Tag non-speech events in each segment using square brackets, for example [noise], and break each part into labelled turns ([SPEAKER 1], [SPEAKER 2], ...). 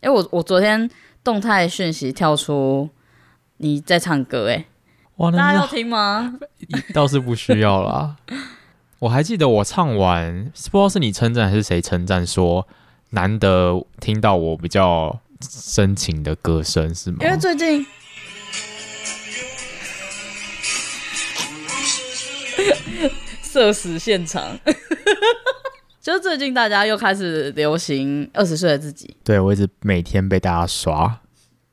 [SPEAKER 1] 哎、我我昨天动态讯息跳出你在唱歌、诶，
[SPEAKER 2] 哇，
[SPEAKER 1] 哎，大家
[SPEAKER 2] 那
[SPEAKER 1] 要听吗？
[SPEAKER 2] 是倒是不需要啦。 [laughs] 我还记得我唱完，不知道是你称赞还是谁称赞说，难得听到我比较深情的歌声是吗？
[SPEAKER 1] [laughs] 因为最近， [laughs] 社死现场， [laughs] 就是最近大家又开始流行二十岁的自己，
[SPEAKER 2] 对我一直每天被大家刷，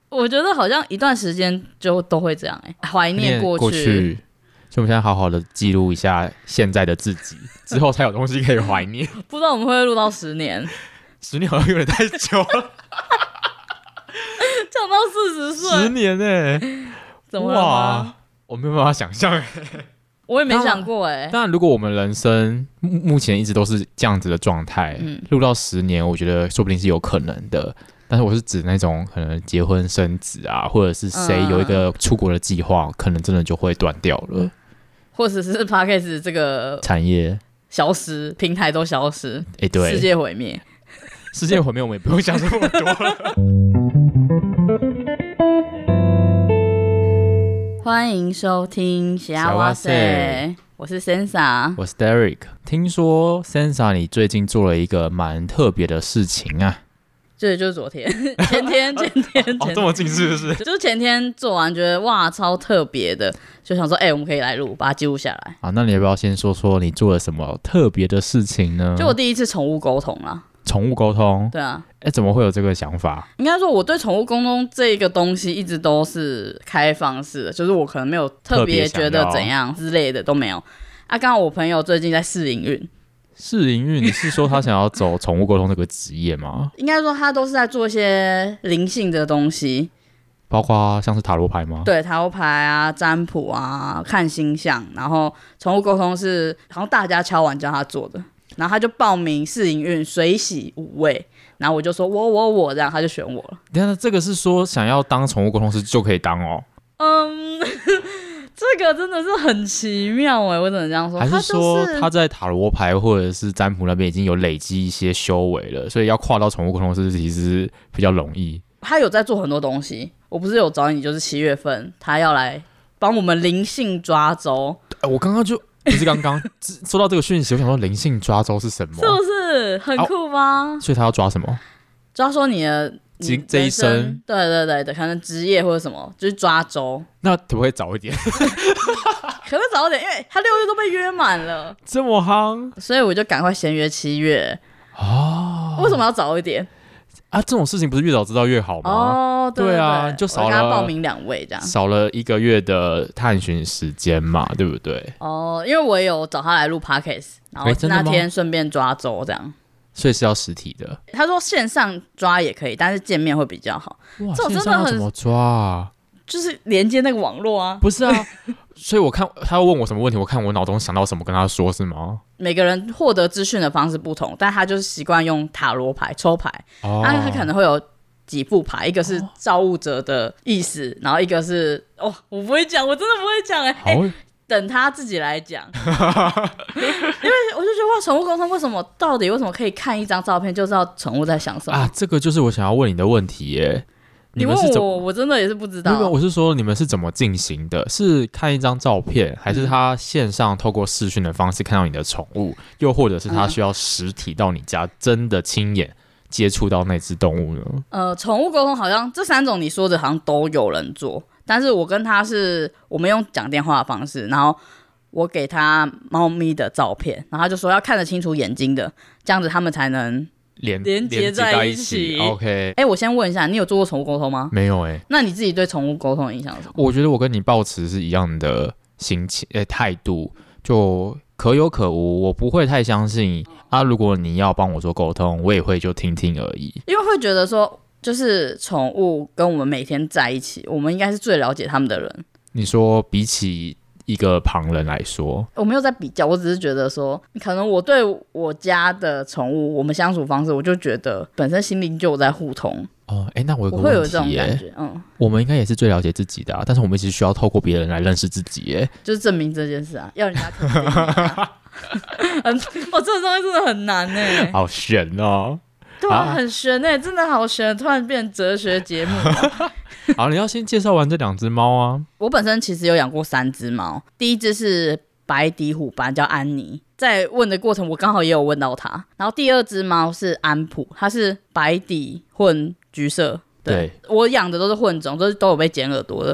[SPEAKER 1] 我觉得好像一段时间就都会这样、哎，怀念过
[SPEAKER 2] 过去。所以我们现在好好的记录一下现在的自己，之后才有东西可以怀念。 [laughs]
[SPEAKER 1] 不知道我们会不会录到十年， [laughs]
[SPEAKER 2] 十年好像有点太久了，
[SPEAKER 1] 讲到四十
[SPEAKER 2] 十
[SPEAKER 1] 岁，
[SPEAKER 2] 年哎、
[SPEAKER 1] 啊怎么了吗？
[SPEAKER 2] 哇，我没有办法想象哎、
[SPEAKER 1] 我也没想过、哎，
[SPEAKER 2] 当然，如果我们人生目目前一直都是这样子的状态，
[SPEAKER 1] 嗯
[SPEAKER 2] 录到十年，我觉得说不定是有可能的。但是我是指那种可能结婚生子啊，或者是谁
[SPEAKER 1] 嗯
[SPEAKER 2] 有一个出国的计划，可能真的就会断掉了。
[SPEAKER 1] 或者是 [laughs] p a c a s t 这个
[SPEAKER 2] 产业，
[SPEAKER 1] 消失，平台都消失，
[SPEAKER 2] 哎、对，
[SPEAKER 1] 世界毁灭。
[SPEAKER 2] [laughs] 世界毁灭，我们也不用想这么
[SPEAKER 1] [laughs]
[SPEAKER 2] 多了。
[SPEAKER 1] 欢迎收听《小
[SPEAKER 2] 哇
[SPEAKER 1] 哇
[SPEAKER 2] 塞
[SPEAKER 1] 塞》，我是 Sensa。
[SPEAKER 2] 我是 Derek，听说 Sensa 你最近做了一个蛮特别的事情啊，
[SPEAKER 1] 这就是昨天、 [laughs] 前天、
[SPEAKER 2] [laughs]
[SPEAKER 1] 前天、前
[SPEAKER 2] 哦，这
[SPEAKER 1] 天，
[SPEAKER 2] 么近是不是？
[SPEAKER 1] 就是前天做完，觉得哇超特别的，就想说，哎、我们可以来录，把它记录下来。
[SPEAKER 2] 啊，那你要不要先说说你做了什么特别的事情呢？
[SPEAKER 1] 就我第一次宠物沟通啦，
[SPEAKER 2] 宠物沟通，
[SPEAKER 1] 对啊，
[SPEAKER 2] 哎、怎么会有这个想法？
[SPEAKER 1] 应该说我对宠物沟通这个东西一直都是开放式的，就是我可能没有特别觉得怎样之类的都没有。啊，刚好我朋友最近在试营运，
[SPEAKER 2] 试营运，你是说他想要走宠物沟通这个职业 [laughs] 吗？
[SPEAKER 1] 应该说他都是在做一些灵性的东西，
[SPEAKER 2] 包括像是塔罗牌吗？
[SPEAKER 1] 对塔罗牌啊、占卜啊、看星象，然后宠物沟通是好像大家敲完叫他做的，然后他就报名试营运水洗五味，然后我就说我我我这样，他就选我了。
[SPEAKER 2] 但是这个是说想要当宠物沟通师就可以当哦，
[SPEAKER 1] 嗯， [laughs] 这个真的是很奇妙哎、我只能这样说。
[SPEAKER 2] 还
[SPEAKER 1] 他
[SPEAKER 2] 是
[SPEAKER 1] 就
[SPEAKER 2] 说
[SPEAKER 1] 是
[SPEAKER 2] 他在塔罗牌或者是占卜那边已经有累积一些修为了，所以要跨到宠物沟通师其实比较容易？
[SPEAKER 1] 他有在做很多东西，我不是有找你，就是七月份他要来帮我们灵性抓周，
[SPEAKER 2] 哎，我刚刚就 [laughs] 不是刚刚只收到这个讯息，我想说灵性抓周是什么
[SPEAKER 1] [laughs] 是？不是很酷吗？
[SPEAKER 2] 所以他要抓什么？
[SPEAKER 1] 抓说你的
[SPEAKER 2] 这
[SPEAKER 1] 你
[SPEAKER 2] 这一
[SPEAKER 1] 人
[SPEAKER 2] 生，
[SPEAKER 1] 对对对对，可能职业或者什么，就是抓周，
[SPEAKER 2] 那可不可以早一点？
[SPEAKER 1] 可不可以早点？因为他六月都被约满了，
[SPEAKER 2] [laughs] 这么夯
[SPEAKER 1] 所以我就赶快先约七月。
[SPEAKER 2] 啊
[SPEAKER 1] 为什么要早一点？
[SPEAKER 2] 啊！这种事情不是越早知道越好吗？
[SPEAKER 1] 哦，对
[SPEAKER 2] 啊对啊就
[SPEAKER 1] 我
[SPEAKER 2] 少
[SPEAKER 1] 跟他
[SPEAKER 2] 了
[SPEAKER 1] 报名两位这样。
[SPEAKER 2] 少了一个月的探寻时间嘛，对不对？
[SPEAKER 1] 哦，因为我也有找他来录 podcast，然后
[SPEAKER 2] 诶真的
[SPEAKER 1] 那
[SPEAKER 2] 吗
[SPEAKER 1] 天顺便抓周这样。
[SPEAKER 2] 所以是要实体的。
[SPEAKER 1] 他说线上抓也可以，但是见面会比较好，
[SPEAKER 2] 哇
[SPEAKER 1] 这种真
[SPEAKER 2] 线
[SPEAKER 1] 的
[SPEAKER 2] 上要
[SPEAKER 1] 很
[SPEAKER 2] 怎么抓啊？
[SPEAKER 1] 就是连接那个网络啊。
[SPEAKER 2] 不是啊，所以我看他要问我什么问题，我看我脑中想到什么跟他说是吗？
[SPEAKER 1] 每个人获得资讯的方式不同，但他就是习惯用塔罗牌抽牌，
[SPEAKER 2] 哦，
[SPEAKER 1] 那啊它可能会有几副牌，一个是造物者的意思，然后一个是哦，我不会讲，我真的不会讲哎、
[SPEAKER 2] 好
[SPEAKER 1] 哎，等他自己来讲。因为我就觉得哇，宠物沟通为什么到底为什么可以看一张照片就知道宠物在想什么？
[SPEAKER 2] 啊，这个就是我想要问你的问题耶。
[SPEAKER 1] 你
[SPEAKER 2] 们
[SPEAKER 1] 问
[SPEAKER 2] 是怎么？
[SPEAKER 1] 我，我真的也是不知
[SPEAKER 2] 没有没有，
[SPEAKER 1] 道。
[SPEAKER 2] 我是说你们是怎么进行的？是看一张照片，还是他线上透过视讯的方式看到你的宠物，又或者是
[SPEAKER 1] 嗯
[SPEAKER 2] 他需要实体到你家，真的亲眼接触到那只动物呢？
[SPEAKER 1] 呃，宠物沟通好像这三种你说的好像都有人做，但是我跟他是我们用讲电话的方式，然后。我给他猫咪的照片，然后他就说要看得清楚眼睛的，这样子他们才能
[SPEAKER 2] 连
[SPEAKER 1] 连接
[SPEAKER 2] 接
[SPEAKER 1] 在
[SPEAKER 2] 在
[SPEAKER 1] 一
[SPEAKER 2] 起
[SPEAKER 1] 起
[SPEAKER 2] ，OK？
[SPEAKER 1] 哎、我先问一下，你有做过宠物沟通吗？
[SPEAKER 2] 没有哎、
[SPEAKER 1] 那你自己对宠物沟通的影响是什么？
[SPEAKER 2] 我觉得我跟你抱持是一样的心情呃态度，就可有可无，我不会太相信啊。如果你要帮我做沟通，我也会就听听而已。
[SPEAKER 1] 因为会觉得说，就是宠物跟我们每天在一起，我们应该是最了解他们的人。
[SPEAKER 2] 你说比起一个旁人来说，
[SPEAKER 1] 我没有在比较，我只是觉得说，可能我对我家的宠物，我们相处方式，我就觉得本身心灵就有在互通，
[SPEAKER 2] 哦，哎，那我有个
[SPEAKER 1] 我会有
[SPEAKER 2] 问
[SPEAKER 1] 这种
[SPEAKER 2] 题
[SPEAKER 1] 感
[SPEAKER 2] 耶，
[SPEAKER 1] 觉，嗯，
[SPEAKER 2] 我们应该也是最了解自己的、啊，但是我们其实需要透过别人来认识自己 [laughs] 耶。
[SPEAKER 1] 就是证明这件事啊，要人家肯定 [laughs] 你啊、很，我、哦、这个东西真的很难呢、
[SPEAKER 2] 好悬哦！
[SPEAKER 1] 对啊，
[SPEAKER 2] 啊
[SPEAKER 1] 很悬哎、真的好悬，突然变哲学节目。
[SPEAKER 2] 好，你要先介绍完这两只猫啊。
[SPEAKER 1] 我本身其实有养过三只猫，第一只是白底虎斑，叫安妮。在问的过程，我刚好也有问到它。然后第二只猫是安普，它是白底混橘色。对，我养的都是混种，都是都有被剪耳朵的。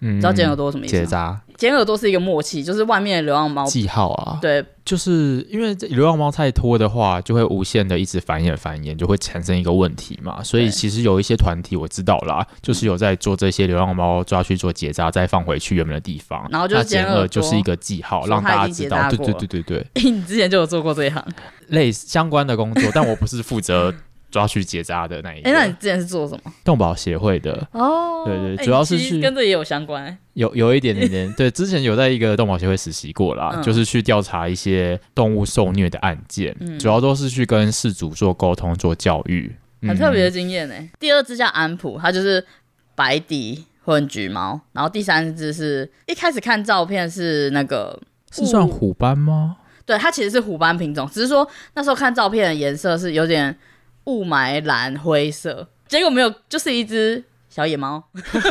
[SPEAKER 2] 嗯，
[SPEAKER 1] 你知道剪耳朵是什么意思
[SPEAKER 2] 结
[SPEAKER 1] 吗？
[SPEAKER 2] 扎
[SPEAKER 1] 剪耳朵是一个默契，就是外面的流浪猫。
[SPEAKER 2] 记号啊，
[SPEAKER 1] 对 [laughs]
[SPEAKER 2] 就是因为这流浪猫太多的话，就会无限的一直繁衍繁衍，就会产生一个问题嘛。所以
[SPEAKER 1] 对嗯
[SPEAKER 2] 其实有一些团体我知道啦，就是有在做这些流浪猫抓去做结扎，再放回去原本的地方。
[SPEAKER 1] 然后就是
[SPEAKER 2] 那减
[SPEAKER 1] 剪耳朵
[SPEAKER 2] 饵就是一个记号，
[SPEAKER 1] 说
[SPEAKER 2] 让大
[SPEAKER 1] 它
[SPEAKER 2] 家
[SPEAKER 1] 已经
[SPEAKER 2] 知
[SPEAKER 1] 结
[SPEAKER 2] 道，
[SPEAKER 1] 扎
[SPEAKER 2] 对
[SPEAKER 1] 过
[SPEAKER 2] 对对对对，
[SPEAKER 1] 你之前就有做过这一行，
[SPEAKER 2] 类似相关的工作，但我不是负责抓去结扎的那一
[SPEAKER 1] 哎、那你
[SPEAKER 2] 个
[SPEAKER 1] 之前是做什么？
[SPEAKER 2] 动保协会的，
[SPEAKER 1] 哦，
[SPEAKER 2] 对对
[SPEAKER 1] 哎
[SPEAKER 2] 主要是
[SPEAKER 1] 你其实
[SPEAKER 2] 去
[SPEAKER 1] 跟这也有相关、哎
[SPEAKER 2] 有有一点
[SPEAKER 1] [laughs]
[SPEAKER 2] 点点，对，之前有在一个动保协会实习过啦，
[SPEAKER 1] 嗯
[SPEAKER 2] 就是去调查一些动物受虐的案件，
[SPEAKER 1] 嗯
[SPEAKER 2] 主要都是去跟事主做沟通、做教育，
[SPEAKER 1] 很特别的
[SPEAKER 2] 嗯。
[SPEAKER 1] 经验呢、欸第二只叫安普，它就是白底混橘猫，然后第三只是一开始看照片是那个，
[SPEAKER 2] 是算虎斑吗？
[SPEAKER 1] 对，它其实是虎斑品种，只是说那时候看照片的颜色是有点雾霾蓝灰色，结果没有，就是一只小野猫。 [laughs]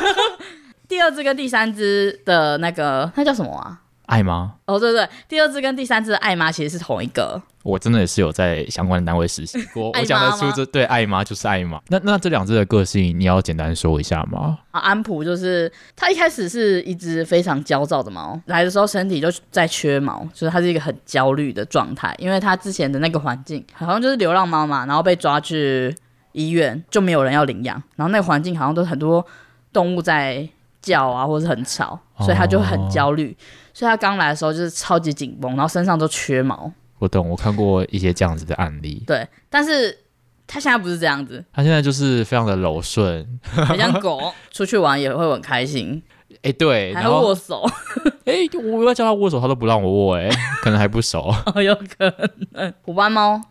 [SPEAKER 1] 第二只跟第三只的那个，那叫什么啊？
[SPEAKER 2] 爱吗？
[SPEAKER 1] 哦，对对，第二只跟第三只的爱妈其实是同一个，
[SPEAKER 2] 我真的也是有在相关的单位实习过，
[SPEAKER 1] [laughs] 爱妈
[SPEAKER 2] 我讲得出
[SPEAKER 1] 吗
[SPEAKER 2] 这对爱吗就是爱吗。那那这两只的个性，你要简单说一下吗？
[SPEAKER 1] 啊，安普就是它一开始是一只非常焦躁的猫，来的时候身体就在缺毛，就是它是一个很焦虑的状态，因为它之前的那个环境好像就是流浪猫嘛，然后被抓去医院就没有人要领养，然后那个环境好像都很多动物在叫啊，或者很吵，所以它就很焦虑，
[SPEAKER 2] 哦
[SPEAKER 1] 所以它刚来的时候就是超级紧绷，然后身上都缺毛，
[SPEAKER 2] 我懂，我看过一些这样子的案例，
[SPEAKER 1] 对，但是它现在不是这样子，
[SPEAKER 2] 它现在就是非常的柔顺，
[SPEAKER 1] 很像
[SPEAKER 2] [laughs]
[SPEAKER 1] 狗，出去玩也会很开心，
[SPEAKER 2] 哎、对，
[SPEAKER 1] 还
[SPEAKER 2] 然
[SPEAKER 1] 会握
[SPEAKER 2] 后
[SPEAKER 1] 手。
[SPEAKER 2] 哎、我要叫它握手，它都不让我握、哎，可能还不熟。
[SPEAKER 1] 哦，有可能。虎斑猫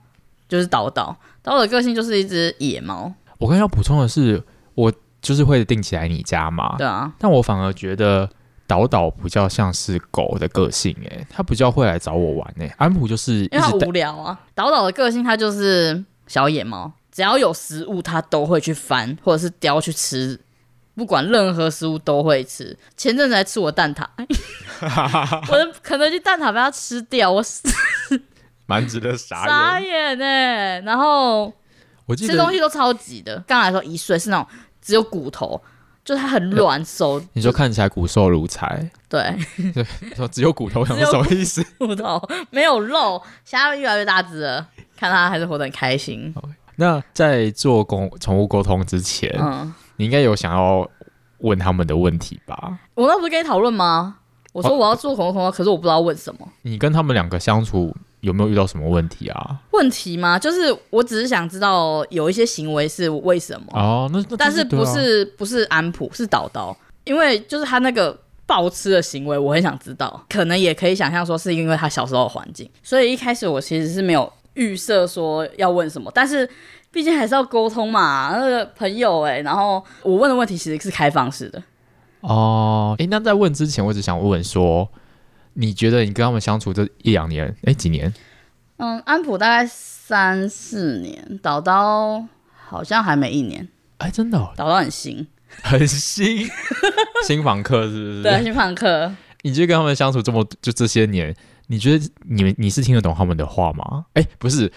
[SPEAKER 1] 就是岛岛，岛岛的个性就是一只野猫，
[SPEAKER 2] 我刚要补充的是，我就是会定期来你家嘛，
[SPEAKER 1] 对啊，
[SPEAKER 2] 但我反而觉得岛岛比较像是狗的个性、欸，它比较会来找我玩、欸，安普就是一
[SPEAKER 1] 因为它
[SPEAKER 2] 直带
[SPEAKER 1] 无聊啊。岛岛的个性它就是小野猫，只要有食物它都会去翻，或者是叼去吃。不管任何食物都会吃，前阵子还吃我蛋挞，哎 [laughs] 我的肯德基蛋挞被它吃掉，我
[SPEAKER 2] 蛮值得傻
[SPEAKER 1] 傻眼呢、然后
[SPEAKER 2] 我记
[SPEAKER 1] 吃东
[SPEAKER 2] 得
[SPEAKER 1] 西都超级的，刚来的时候一岁是那种只有骨头，就是它很软手，
[SPEAKER 2] 你说看起来骨瘦如柴，
[SPEAKER 1] [laughs] 对，
[SPEAKER 2] 你说只有骨头，我想说
[SPEAKER 1] 只
[SPEAKER 2] 什
[SPEAKER 1] 有
[SPEAKER 2] 么意思？
[SPEAKER 1] 骨头没有肉，现在越来越大只了，看它还是活得很开心。
[SPEAKER 2] [laughs] 那在做公宠物沟通之前，
[SPEAKER 1] 嗯，
[SPEAKER 2] 你应该有想要问他们的问题吧？
[SPEAKER 1] 我那不是跟你讨论吗？我说我要做恐龙同胞，可是我不知道问什么
[SPEAKER 2] 你跟他们两个相处有没有遇到什么问题啊？
[SPEAKER 1] 问题吗？就是我只是想知道有一些行为是为什么，
[SPEAKER 2] 哦，那那
[SPEAKER 1] 但是
[SPEAKER 2] 对啊
[SPEAKER 1] 不是、不是安普是导导，因为就是他那个暴吃的行为，我很想知道，可能也可以想象说是因为他小时候的环境，所以一开始我其实是没有预设说要问什么，但是毕竟还是要沟通嘛，那个朋友哎、然后我问的问题其实是开放式的，
[SPEAKER 2] 哦，诶，那在问之前，我只想问说，你觉得你跟他们相处这一两年，诶，几年？
[SPEAKER 1] 嗯，安普大概三四年，导导好像还没一年，
[SPEAKER 2] 哎，真的哦、
[SPEAKER 1] 导导很新，
[SPEAKER 2] 很新， [laughs] 新房客是不是？
[SPEAKER 1] 对，，去上课。
[SPEAKER 2] 你就跟他们相处这么就这些年，你觉得你们你是听得懂他们的话吗？诶，不是，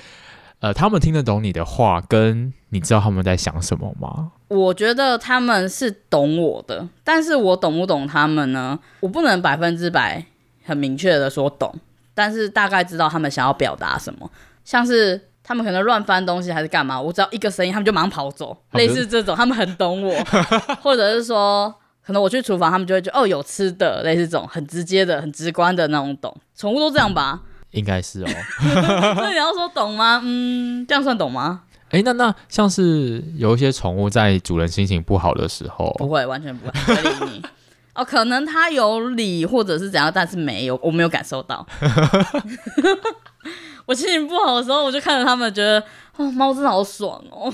[SPEAKER 2] 呃，他们听得懂你的话，跟你知道他们在想什么吗？
[SPEAKER 1] 我觉得他们是懂我的，但是我懂不懂他们呢？我不能百分之百很明确的说懂，但是大概知道他们想要表达什么，像是他们可能乱翻东西还是干嘛，我只要一个声音，他们就马上跑走，
[SPEAKER 2] 他们
[SPEAKER 1] 类
[SPEAKER 2] 就
[SPEAKER 1] 似这种，他们很懂
[SPEAKER 2] [laughs]
[SPEAKER 1] 我，或者是说。可能我去厨房，他们就会觉得哦有吃的，类似这种很直接的、很直观的那种懂。宠物都这样
[SPEAKER 2] [laughs]
[SPEAKER 1] 吧？
[SPEAKER 2] 应该是哦。
[SPEAKER 1] 所以你要说懂吗？嗯，这样算懂吗？
[SPEAKER 2] 诶，那那像是有一些宠物在主人心情不好的时候，
[SPEAKER 1] 不会，完全不会，不会理你。哦，可能他有理或者是怎样，但是没有，我没有感受到。 [laughs] 我心情不好的时候，我就看着他们，觉得哦，猫真的好爽哦， [laughs]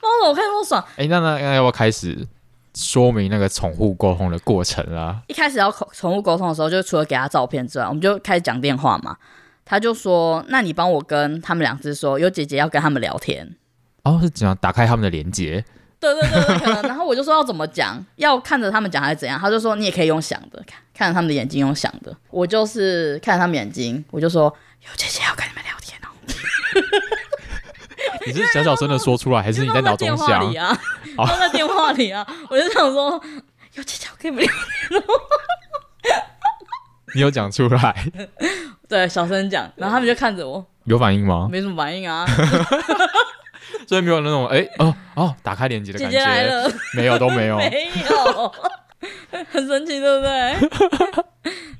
[SPEAKER 1] 猫我看多爽。
[SPEAKER 2] 哎、那那那要不要开始说明那个宠物沟通的过程啦？
[SPEAKER 1] 一开始要口宠物沟通的时候，就除了给他照片之外，我们就开始讲电话嘛。他就说：“那你帮我跟他们两只说，有姐姐要跟他们聊天。
[SPEAKER 2] 哦，是怎样打开他们的连
[SPEAKER 1] [laughs]
[SPEAKER 2] 接？”
[SPEAKER 1] 对对对对，可能。然后我就说要怎么讲，要看着他们讲还是怎样？他就说你也可以用想的，看看着他们的眼睛用想的。我就是看着他们眼睛，我就说有姐姐要跟你们聊天哦，
[SPEAKER 2] 你是小小声的说出来，还是你在脑中
[SPEAKER 1] 就放电话
[SPEAKER 2] 想
[SPEAKER 1] 里？啊，放在电话里啊。我就想说 [laughs] 有姐姐要跟你们聊，哦
[SPEAKER 2] 你有讲出来， [laughs]
[SPEAKER 1] 对，小声讲。然后他们就看着我，
[SPEAKER 2] 有反应吗？
[SPEAKER 1] 没什么反应啊，
[SPEAKER 2] 所以没有那种哎、哦哦，打开连接的
[SPEAKER 1] 姐
[SPEAKER 2] [laughs] 感
[SPEAKER 1] 姐
[SPEAKER 2] 觉，
[SPEAKER 1] 来了。
[SPEAKER 2] 没有都
[SPEAKER 1] [laughs]
[SPEAKER 2] 没有。
[SPEAKER 1] 没有，很神奇，对不对？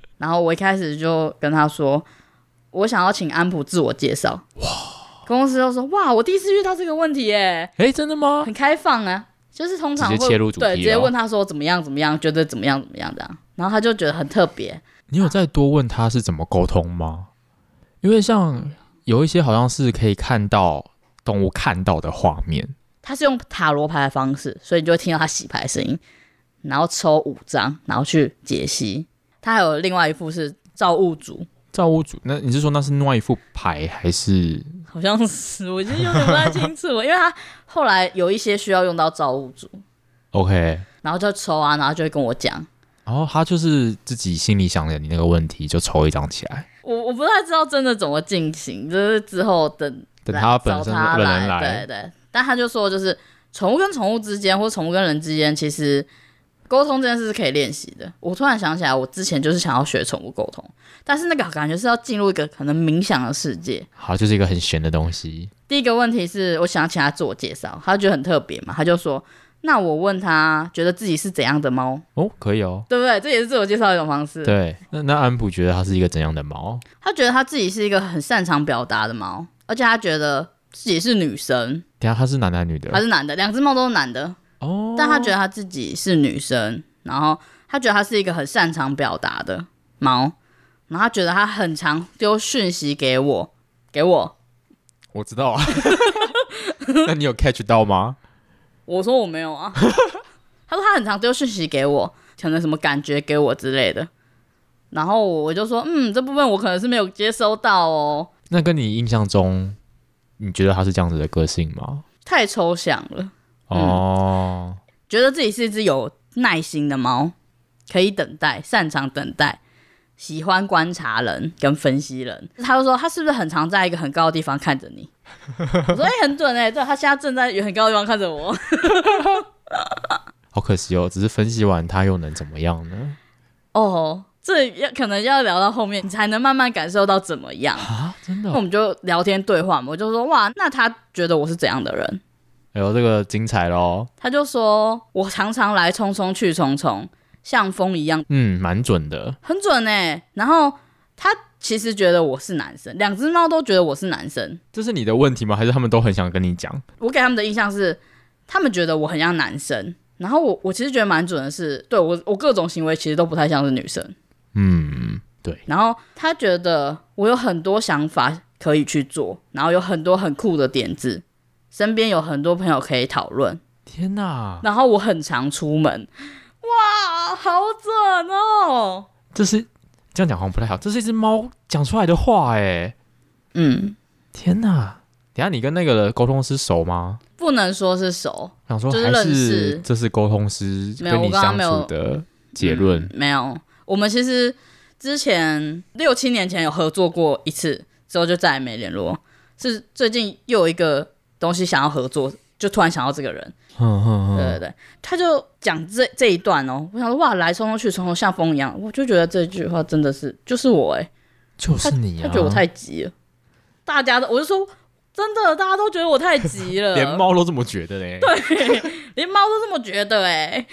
[SPEAKER 2] [laughs]
[SPEAKER 1] 然后我一开始就跟他说，我想要请安普自我介绍。哇，公司就说哇，我第一次遇到这个问题耶，
[SPEAKER 2] 哎、真的吗？
[SPEAKER 1] 很开放啊，就是通常会
[SPEAKER 2] 直接切入主题哦
[SPEAKER 1] 对，
[SPEAKER 2] 了
[SPEAKER 1] 直接问他说怎么样怎么样，觉得怎么样怎么样这样，然后他就觉得很特别。
[SPEAKER 2] 你有再多问他是怎么沟通吗？因为像有一些好像是可以看到动物看到的画面，
[SPEAKER 1] 他是用塔罗牌的方式，所以你就会听到他洗牌的声音，然后抽五张，然后去解析。他还有另外一副是造物主，
[SPEAKER 2] 造物主，那你是说那是另外一副牌还是？
[SPEAKER 1] 好像是，我其实有点不太清楚，因为他后来有一些需要用到造物主，
[SPEAKER 2] OK，
[SPEAKER 1] 然后就抽啊，然后就会跟我讲，
[SPEAKER 2] 然后他就是自己心里想的你那个问题，就抽一张起来，
[SPEAKER 1] 我我不太知道真的怎么进行，就是之后等
[SPEAKER 2] 等他本
[SPEAKER 1] 找
[SPEAKER 2] 身
[SPEAKER 1] 他
[SPEAKER 2] 本人
[SPEAKER 1] 对对，但他就说就是宠物跟宠物之间，或宠物跟人之间，其实沟通这件事是可以练习的。我突然想起来，我之前就是想要学宠物沟通，但是那个感觉是要进入一个可能冥想的世界，
[SPEAKER 2] 好，就是一个很玄的东西。
[SPEAKER 1] 第一个问题是我想请他自我介绍，他觉得很特别嘛，他就说：“那我问他觉得自己是怎样的猫，
[SPEAKER 2] 哦，可以哦。
[SPEAKER 1] 对不对？这也是自我介绍的一种方式。
[SPEAKER 2] 对，那那安普觉得它是一个怎样的猫？
[SPEAKER 1] 他觉得他自己是一个很擅长表达的猫，而且他觉得自己是女生，
[SPEAKER 2] 等一下它是男男女
[SPEAKER 1] 还
[SPEAKER 2] 的
[SPEAKER 1] 是男的，两只猫都是男的，
[SPEAKER 2] 哦，
[SPEAKER 1] 但他觉得他自己是女生，然后他觉得他是一个很擅长表达的猫，然后他觉得他很常丢讯息给我，给我，
[SPEAKER 2] 我知道啊。 [laughs] 那你有 catch 到吗？
[SPEAKER 1] 我说我没有啊。 [laughs] 他说他很常丢讯息给我，可能什么感觉给我之类的。然后我就说，嗯，这部分我可能是没有接收到哦，
[SPEAKER 2] 那跟你印象中，你觉得它是这样子的个性吗？
[SPEAKER 1] 太抽象了。
[SPEAKER 2] 哦，
[SPEAKER 1] 觉得自己是一只有耐心的猫，可以等待，擅长等待，喜欢观察人跟分析人。他就说他是不是很常在一个很高的地方看着你？我说哎、欸很准哎、对他现在正在很高的地方看着我。
[SPEAKER 2] 好可惜哦，只是分析完它又能怎么样呢？
[SPEAKER 1] 哦，这要可能要聊到后面，你才能慢慢感受到怎么样。
[SPEAKER 2] 啊，真的
[SPEAKER 1] 那我
[SPEAKER 2] 哦、
[SPEAKER 1] 们就聊天对话嘛，我就说哇，那他觉得我是怎样的人？
[SPEAKER 2] 哎呦，这个精彩喽！
[SPEAKER 1] 他就说我常常来匆匆去匆匆，像风一样，
[SPEAKER 2] 嗯，蛮准的。
[SPEAKER 1] 很准哎、然后他其实觉得我是男生，两只猫都觉得我是男生。
[SPEAKER 2] 这是你的问题吗？还是他们都很想跟你讲？
[SPEAKER 1] 我给他们的印象是，他们觉得我很像男生。然后我我其实觉得蛮准的是，对我我各种行为其实都不太像是女生。
[SPEAKER 2] 嗯，对，
[SPEAKER 1] 然后他觉得我有很多想法可以去做，然后有很多很酷的点子，身边有很多朋友可以讨论，
[SPEAKER 2] 天哪，
[SPEAKER 1] 然后我很常出门。哇，好准哦！
[SPEAKER 2] 这是这样讲好像不太好，这是一只猫讲出来的话哎！
[SPEAKER 1] 嗯，
[SPEAKER 2] 天哪，等一下你跟那个沟通师熟吗？
[SPEAKER 1] 不能说是熟，
[SPEAKER 2] 想说
[SPEAKER 1] 就是
[SPEAKER 2] 还
[SPEAKER 1] 认
[SPEAKER 2] 是
[SPEAKER 1] 识
[SPEAKER 2] 这是沟通师
[SPEAKER 1] 没有
[SPEAKER 2] 跟你
[SPEAKER 1] 我刚刚
[SPEAKER 2] 相
[SPEAKER 1] 没有
[SPEAKER 2] 处的结论、
[SPEAKER 1] 嗯没有。我们其实之前六七年前有合作过一次，之后就再也没联络。是最近又有一个东西想要合作，就突然想到这个人，
[SPEAKER 2] 哼哼
[SPEAKER 1] 对
[SPEAKER 2] 哼，
[SPEAKER 1] 对对，他就讲这这一段哦，我想说哇，来匆匆去匆匆像风一样，我就觉得这句话真的是就是我哎、
[SPEAKER 2] 就是你、啊，
[SPEAKER 1] 他觉得我太急了，大家都我就说真的，大家都觉得我太急了，
[SPEAKER 2] [laughs] 连猫都这么觉得嘞。对，
[SPEAKER 1] [laughs] 连猫都这么觉得哎、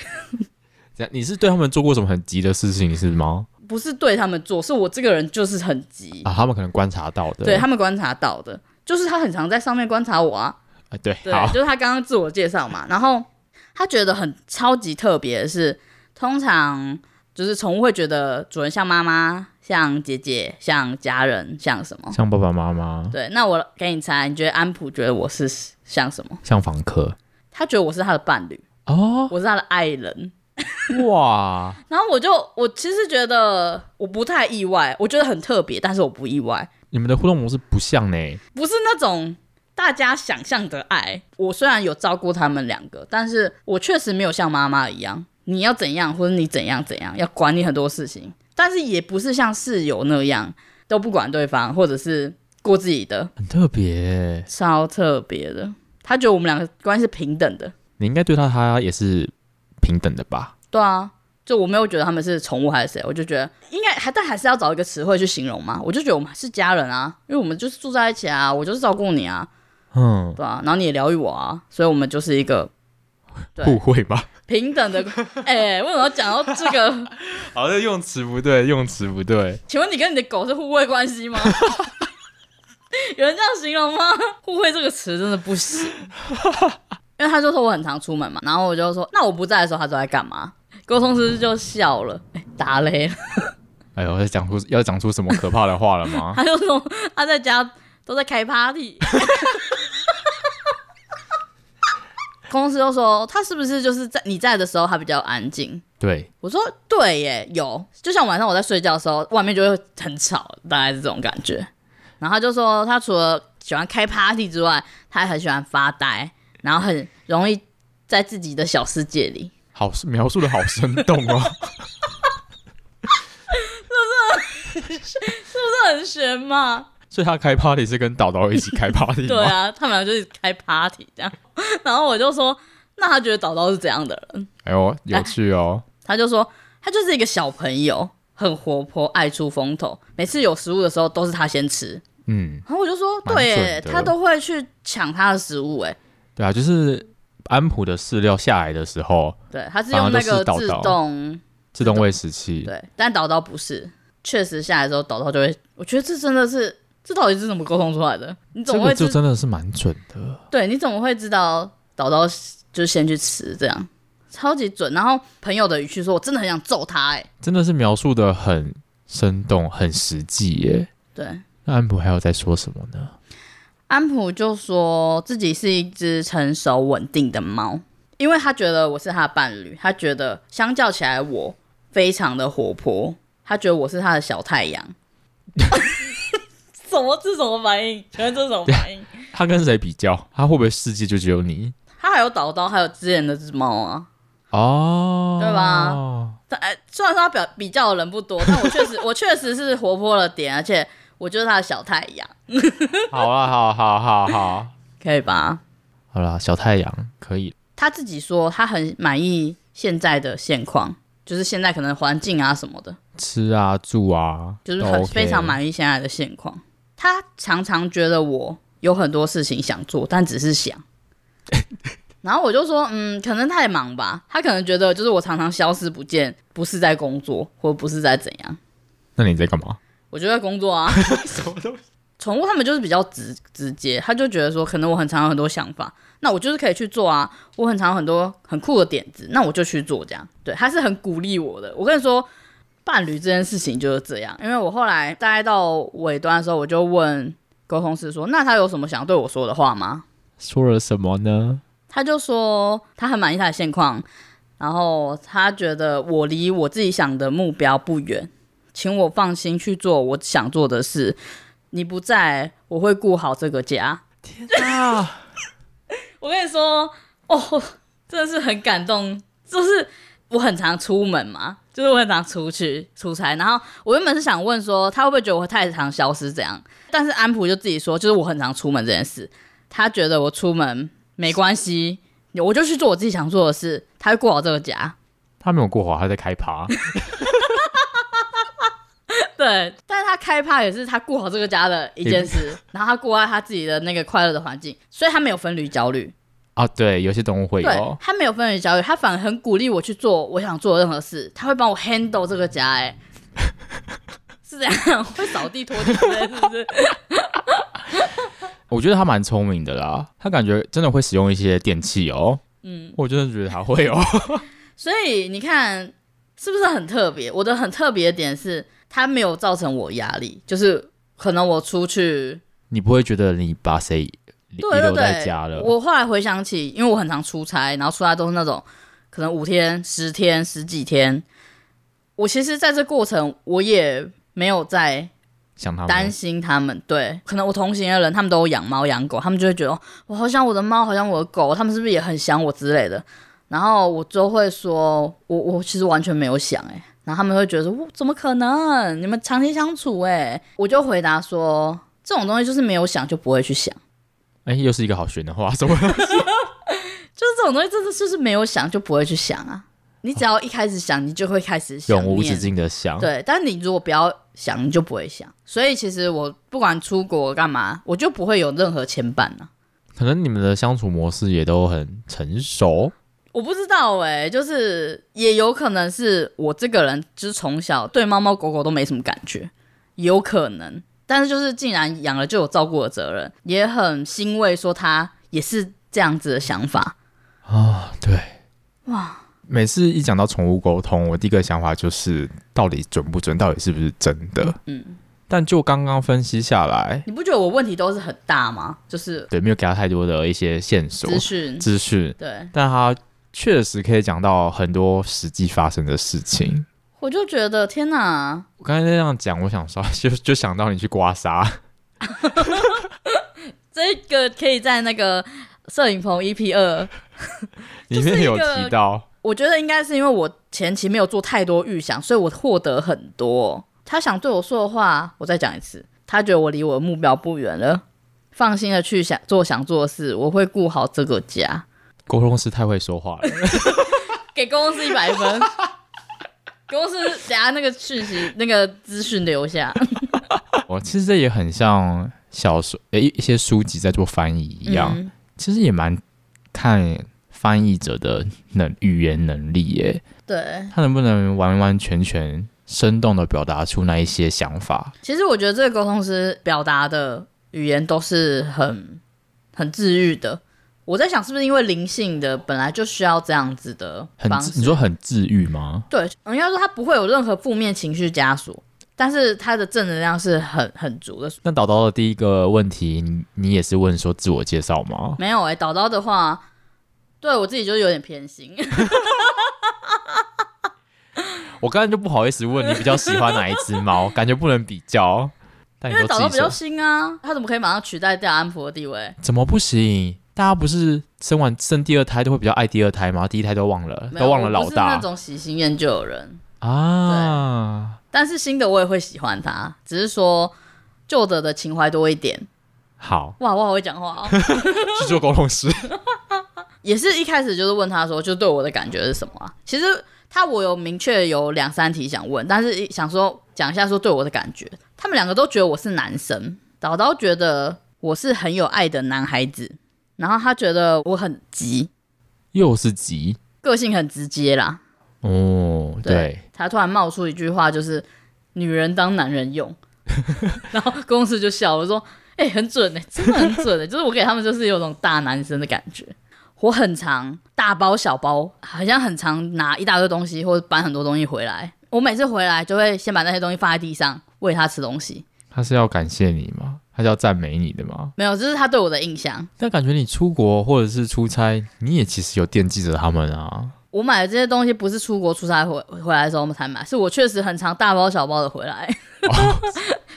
[SPEAKER 2] 你是对他们做过什么很急的事情是吗？
[SPEAKER 1] 不是对他们做，是我这个人就是很急，
[SPEAKER 2] 啊，他们可能观察到的。
[SPEAKER 1] 对他们观察到的，就是他很常在上面观察我啊。
[SPEAKER 2] 啊对，
[SPEAKER 1] 对，
[SPEAKER 2] 好，
[SPEAKER 1] 就是他刚刚自我介绍嘛，然后他觉得很超级特别的是，通常就是宠物会觉得主人像妈妈、像姐姐、像家人、像什么。
[SPEAKER 2] 像爸爸妈妈，
[SPEAKER 1] 对，那我给你猜，你觉得安普觉得我是像什么？
[SPEAKER 2] 像房客。
[SPEAKER 1] 他觉得我是他的伴侣，
[SPEAKER 2] 哦，
[SPEAKER 1] 我是他的爱人。
[SPEAKER 2] 哇，
[SPEAKER 1] 然后我就我其实觉得我不太意外，我觉得很特别，但是我不意外。
[SPEAKER 2] 你们的互动模式不像呢、
[SPEAKER 1] 不是那种大家想象的爱。我虽然有照顾他们两个，但是我确实没有像妈妈一样，你要怎样或者你怎样怎样，要管你很多事情。但是也不是像室友那样都不管对方，或者是过自己的，
[SPEAKER 2] 很特别、
[SPEAKER 1] 超特别的。他觉得我们两个关系是平等的，
[SPEAKER 2] 你应该对他他也是平等的吧？
[SPEAKER 1] 对啊。就我没有觉得他们是宠物还是谁，我就觉得应该还但还是要找一个词汇去形容嘛。我就觉得我们是家人啊，因为我们就是住在一起啊，我就是照顾你啊，
[SPEAKER 2] 嗯，
[SPEAKER 1] 对啊，然后你也疗愈我啊，所以我们就是一个对
[SPEAKER 2] 互惠吧。
[SPEAKER 1] 平等的。 [laughs] 哎、为什么要讲到这个？
[SPEAKER 2] [laughs]
[SPEAKER 1] [laughs]
[SPEAKER 2] 好像用词不对，用词不对。
[SPEAKER 1] 请问你跟你的狗是互惠关系吗？ [laughs] 有人这样形容吗？互惠这个词真的不行， [laughs] 因为他就说我很常出门嘛，然后我就说那我不在的时候他都在干嘛？沟通师就笑了，哎、打雷了，
[SPEAKER 2] 哎呦，要讲出要讲出什么可怕的话了
[SPEAKER 1] [laughs]
[SPEAKER 2] 吗？
[SPEAKER 1] 他就说他在家都在开 party。公司就说他是不是就是在你在的时候他比较安静，
[SPEAKER 2] 对，
[SPEAKER 1] 我说对耶，有，就像晚上我在睡觉的时候，外面就会很吵，大概是这种感觉。然后他就说，他除了喜欢开 party 之外，他还很喜欢发呆，然后很容易在自己的小世界里。
[SPEAKER 2] 好描述的好生动
[SPEAKER 1] [laughs]
[SPEAKER 2] 哦。
[SPEAKER 1] 这很玄嘛？
[SPEAKER 2] 所以他开 party 是跟导导一起开 party 吗？
[SPEAKER 1] 对啊，他们俩就是开 party 这样。 [laughs] 然后我就说，那他觉得导导是怎样的人？
[SPEAKER 2] 哎呦，有趣哦。
[SPEAKER 1] 他就说，他就是一个小朋友，很活泼，爱出风头。每次有食物的时候，都是他先吃。
[SPEAKER 2] 嗯，
[SPEAKER 1] 然后我就说，
[SPEAKER 2] 蛮
[SPEAKER 1] 对耶，
[SPEAKER 2] 准的
[SPEAKER 1] 他都会去抢他的食物，哎，
[SPEAKER 2] 对啊，就是安普的饲料下来的时候，
[SPEAKER 1] 对，它是
[SPEAKER 2] 反而
[SPEAKER 1] 用那
[SPEAKER 2] 都是
[SPEAKER 1] 个
[SPEAKER 2] 导
[SPEAKER 1] 自
[SPEAKER 2] 导
[SPEAKER 1] 动，
[SPEAKER 2] 自动喂食器，
[SPEAKER 1] 对，但导导不是，确实下来之后导导就会，我觉得这真的是，这到底是怎么沟通出来的？你怎
[SPEAKER 2] 这
[SPEAKER 1] 么会
[SPEAKER 2] 个就
[SPEAKER 1] 知？
[SPEAKER 2] 真的是蛮准的。
[SPEAKER 1] 对，你怎么会知道导导就先去吃这样？超级准，然后朋友的语气说：“我真的很想揍他、欸。”哎，
[SPEAKER 2] 真的是描述的很生动，很实际耶。
[SPEAKER 1] 对，
[SPEAKER 2] 那安普还有在说什么呢？
[SPEAKER 1] 安普就说自己是一只成熟稳定的猫，因为他觉得我是他的伴侣，他觉得相较起来我非常的活泼，他觉得我是他的小太阳。 [laughs] 什么？这是什么反应？请问这是什么反应？
[SPEAKER 2] 他跟谁比较？他会不会世界就只有你？
[SPEAKER 1] 他还有导刀，还有之前的只猫啊。
[SPEAKER 2] 哦，
[SPEAKER 1] 对吧？但哎虽然说他表比较的人不多，但我确实我确实是活泼了点，而且我就是他的小太阳，
[SPEAKER 2] 好啊，好好好好，
[SPEAKER 1] 可以吧？
[SPEAKER 2] 好啦，小太阳可以。
[SPEAKER 1] 他自己说他很满意现在的现况，就是现在可能环境啊什么的，
[SPEAKER 2] 吃啊，住啊，
[SPEAKER 1] 就是
[SPEAKER 2] 都
[SPEAKER 1] 很
[SPEAKER 2] OK
[SPEAKER 1] 非常。满意现在的现况。他常常觉得我有很多事情想做，但只是想。然后我就说，嗯，可能太忙吧。他可能觉得就是我常常消失不见，不是在工作，或不是在怎样。
[SPEAKER 2] 那你在干嘛？
[SPEAKER 1] 我就在工作啊。
[SPEAKER 2] [laughs] 什么东西？
[SPEAKER 1] 宠物他们就是比较直直接，他就觉得说，可能我很常有很多想法，那我就是可以去做啊，我很常有很多很酷的点子，那我就去做这样。对，他是很鼓励我的。我跟你说，伴侣这件事情就是这样，因为我后来大概到尾端的时候，我就问沟通师说，那他有什么想对我说的话吗？
[SPEAKER 2] 说了什么呢？
[SPEAKER 1] 他就说他很满意他的现况，然后他觉得我离我自己想的目标不远，请我放心去做我想做的事。你不在，我会顾好这个家。
[SPEAKER 2] 天啊！
[SPEAKER 1] 我跟你说，哦，真的是很感动。就是我很常出门嘛，就是我很常出去出差。然后我原本是想问说，他会不会觉得我太常消失这样？但是安普就自己说，就是我很常出门这件事，他觉得我出门没关系，我就去做我自己想做的事，他会过好这个家。
[SPEAKER 2] 他没有过火，他在开趴。
[SPEAKER 1] 对，但是他开趴也是他过好这个家的一件事，然后他过好他自己的那个快乐的环境，所以他没有分离焦虑。
[SPEAKER 2] [laughs] 啊，对，有些动物会
[SPEAKER 1] 对
[SPEAKER 2] 有。
[SPEAKER 1] 他没有分离焦虑，他反而很鼓励我去做我想做的任何事，他会帮我 handle 这个家、
[SPEAKER 2] [laughs]
[SPEAKER 1] 哎，是这样，会扫地拖地之类，是不是？
[SPEAKER 2] 我觉得它蛮聪明的啦，它感觉真的会使用一些电器哦。
[SPEAKER 1] 嗯，
[SPEAKER 2] 我真的觉得它会哦。 [laughs]
[SPEAKER 1] 所以你看是不是很特别？我的很特别的点是，他没有造成我压力，就是可能我出去
[SPEAKER 2] 你不会觉得你把谁遗
[SPEAKER 1] 对对
[SPEAKER 2] 留在
[SPEAKER 1] 对，
[SPEAKER 2] 家了？
[SPEAKER 1] 我后来回想起，因为我很常出差，然后出差都是那种可能五天、十天、十几天。我其实在这过程，我也没有在
[SPEAKER 2] 想他
[SPEAKER 1] 担
[SPEAKER 2] 们。
[SPEAKER 1] 心他们。对，可能我同行的人他们都有养猫养狗，他们就会觉得、哦我好想我的猫，好想我的狗，他们是不是也很想我之类的？然后我就会说，我我其实完全没有想哎、欸然后他们会觉得说，哇怎么可能？你们长期相处哎、欸我就回答说，这种东西就是没有想就不会去想，
[SPEAKER 2] 哎、又是一个好悬的话，怎么？
[SPEAKER 1] 就是这种东西真的就是没有想就不会去想啊。你只要一开始想，你就会开始想
[SPEAKER 2] 永无
[SPEAKER 1] 念
[SPEAKER 2] 止境的想。
[SPEAKER 1] 对，但你如果不要想，你就不会想。所以其实我不管出国干嘛，我就不会有任何牵绊啊了、
[SPEAKER 2] 可能你们的相处模式也都很成熟，
[SPEAKER 1] 我不知道哎、就是也有可能是我这个人，就是从小对猫猫狗狗都没什么感觉，有可能。但是就是既然养了，就有照顾的责任，也很欣慰，说他也是这样子的想法。
[SPEAKER 2] 对，哇！每次一讲到宠物沟通，我第一个想法就是到底准不准，到底是不是真的？嗯。但就刚刚分析下来，
[SPEAKER 1] 你不觉得我问题都是很大吗？就是
[SPEAKER 2] 对，没有给他太多的一些线索
[SPEAKER 1] 资讯，
[SPEAKER 2] 哦资讯，
[SPEAKER 1] 对，
[SPEAKER 2] 但他确实可以讲到很多实际发生的事情。
[SPEAKER 1] 我就觉得天哪，
[SPEAKER 2] 我刚才那样讲，我想说， [laughs] 就就想到你去刮痧，
[SPEAKER 1] 这个可以在那个摄影棚 EP 二
[SPEAKER 2] 里
[SPEAKER 1] 就是
[SPEAKER 2] 面
[SPEAKER 1] 一
[SPEAKER 2] 有
[SPEAKER 1] 个 [laughs]
[SPEAKER 2] 提到，
[SPEAKER 1] 我觉得应该是因为我前期没有做太多预想，所以我获得很多。他想对我说的话，我再讲一次。他觉得我离我的目标不远了，放心的去想做想做的事，我会顾好这个家。
[SPEAKER 2] 沟通师太会说话了。
[SPEAKER 1] [laughs] 给公司一百分， [laughs] 公司等下那个讯息、那个资讯留 [laughs] 下。
[SPEAKER 2] 我哦其实这也很像小说，诶、一些书籍在做翻译一样，
[SPEAKER 1] 嗯
[SPEAKER 2] 其实也蛮看翻译者的能语言能力耶，
[SPEAKER 1] 对，
[SPEAKER 2] 他能不能完完全全生动的表达出那一些想法。
[SPEAKER 1] 其实我觉得这个沟通师表达的语言都是很很治愈的。我在想，是不是因为灵性的本来就需要这样子的
[SPEAKER 2] 很
[SPEAKER 1] 方
[SPEAKER 2] 治
[SPEAKER 1] 式？
[SPEAKER 2] 你说很治愈吗？
[SPEAKER 1] 对，应该说他不会有任何负面情绪枷锁，但是他的正能量是很很足的。
[SPEAKER 2] 那导导的第一个问题，你你也是问说自我介绍吗？
[SPEAKER 1] 没有哎、导刀的话，对我自己就有点偏心。 [laughs]
[SPEAKER 2] 我刚才就不好意思问你比较喜欢哪一只猫，感觉不能比较。但你
[SPEAKER 1] 因为
[SPEAKER 2] 都
[SPEAKER 1] 导
[SPEAKER 2] 自
[SPEAKER 1] 刀
[SPEAKER 2] 己
[SPEAKER 1] 比较
[SPEAKER 2] 说
[SPEAKER 1] 新啊，他怎么可以马上取代掉安普的地位？
[SPEAKER 2] 怎么不行？大家不是生完生第二胎都会比较爱第二胎吗？第一胎都忘了，
[SPEAKER 1] 没有
[SPEAKER 2] 都忘了
[SPEAKER 1] 我
[SPEAKER 2] 老
[SPEAKER 1] 不是
[SPEAKER 2] 大
[SPEAKER 1] 那种喜新厌旧的人，
[SPEAKER 2] 啊。
[SPEAKER 1] 但是新的我也会喜欢他，只是说旧的的情怀多一点。
[SPEAKER 2] 好，
[SPEAKER 1] 哇，我好会讲话哦！
[SPEAKER 2] 去做沟
[SPEAKER 1] [laughs]
[SPEAKER 2] 通师。
[SPEAKER 1] 也是一开始就是问他说，就对我的感觉是什么啊？其实他我有明确有两三题想问，但是一想说讲一下说对我的感觉。他们两个都觉得我是男生，导导觉得我是很有爱的男孩子，然后他觉得我很急，
[SPEAKER 2] 又是急
[SPEAKER 1] 个性很直接啦。
[SPEAKER 2] 哦，
[SPEAKER 1] 对
[SPEAKER 2] 对，
[SPEAKER 1] 他突然冒出一句话，就是“女人当男人用”，然后公司就笑我说：“哎、很准呢、真的很准呢、欸 [laughs] 就是我给他们就是有种大男生的感觉。我很常大包小包，好像很常拿一大堆东西或者搬很多东西回来。我每次回来就会先把那些东西放在地上，喂他吃东西。
[SPEAKER 2] 他是要感谢你吗？他是要赞美你的吗？
[SPEAKER 1] 没有，这是他对我的印象。
[SPEAKER 2] 但感觉你出国或者是出差，你也其实有惦记着他们啊。
[SPEAKER 1] 我买的这些东西不是出国出差回回来的时候我们才买，是我确实很常大包小包的回来。 [laughs]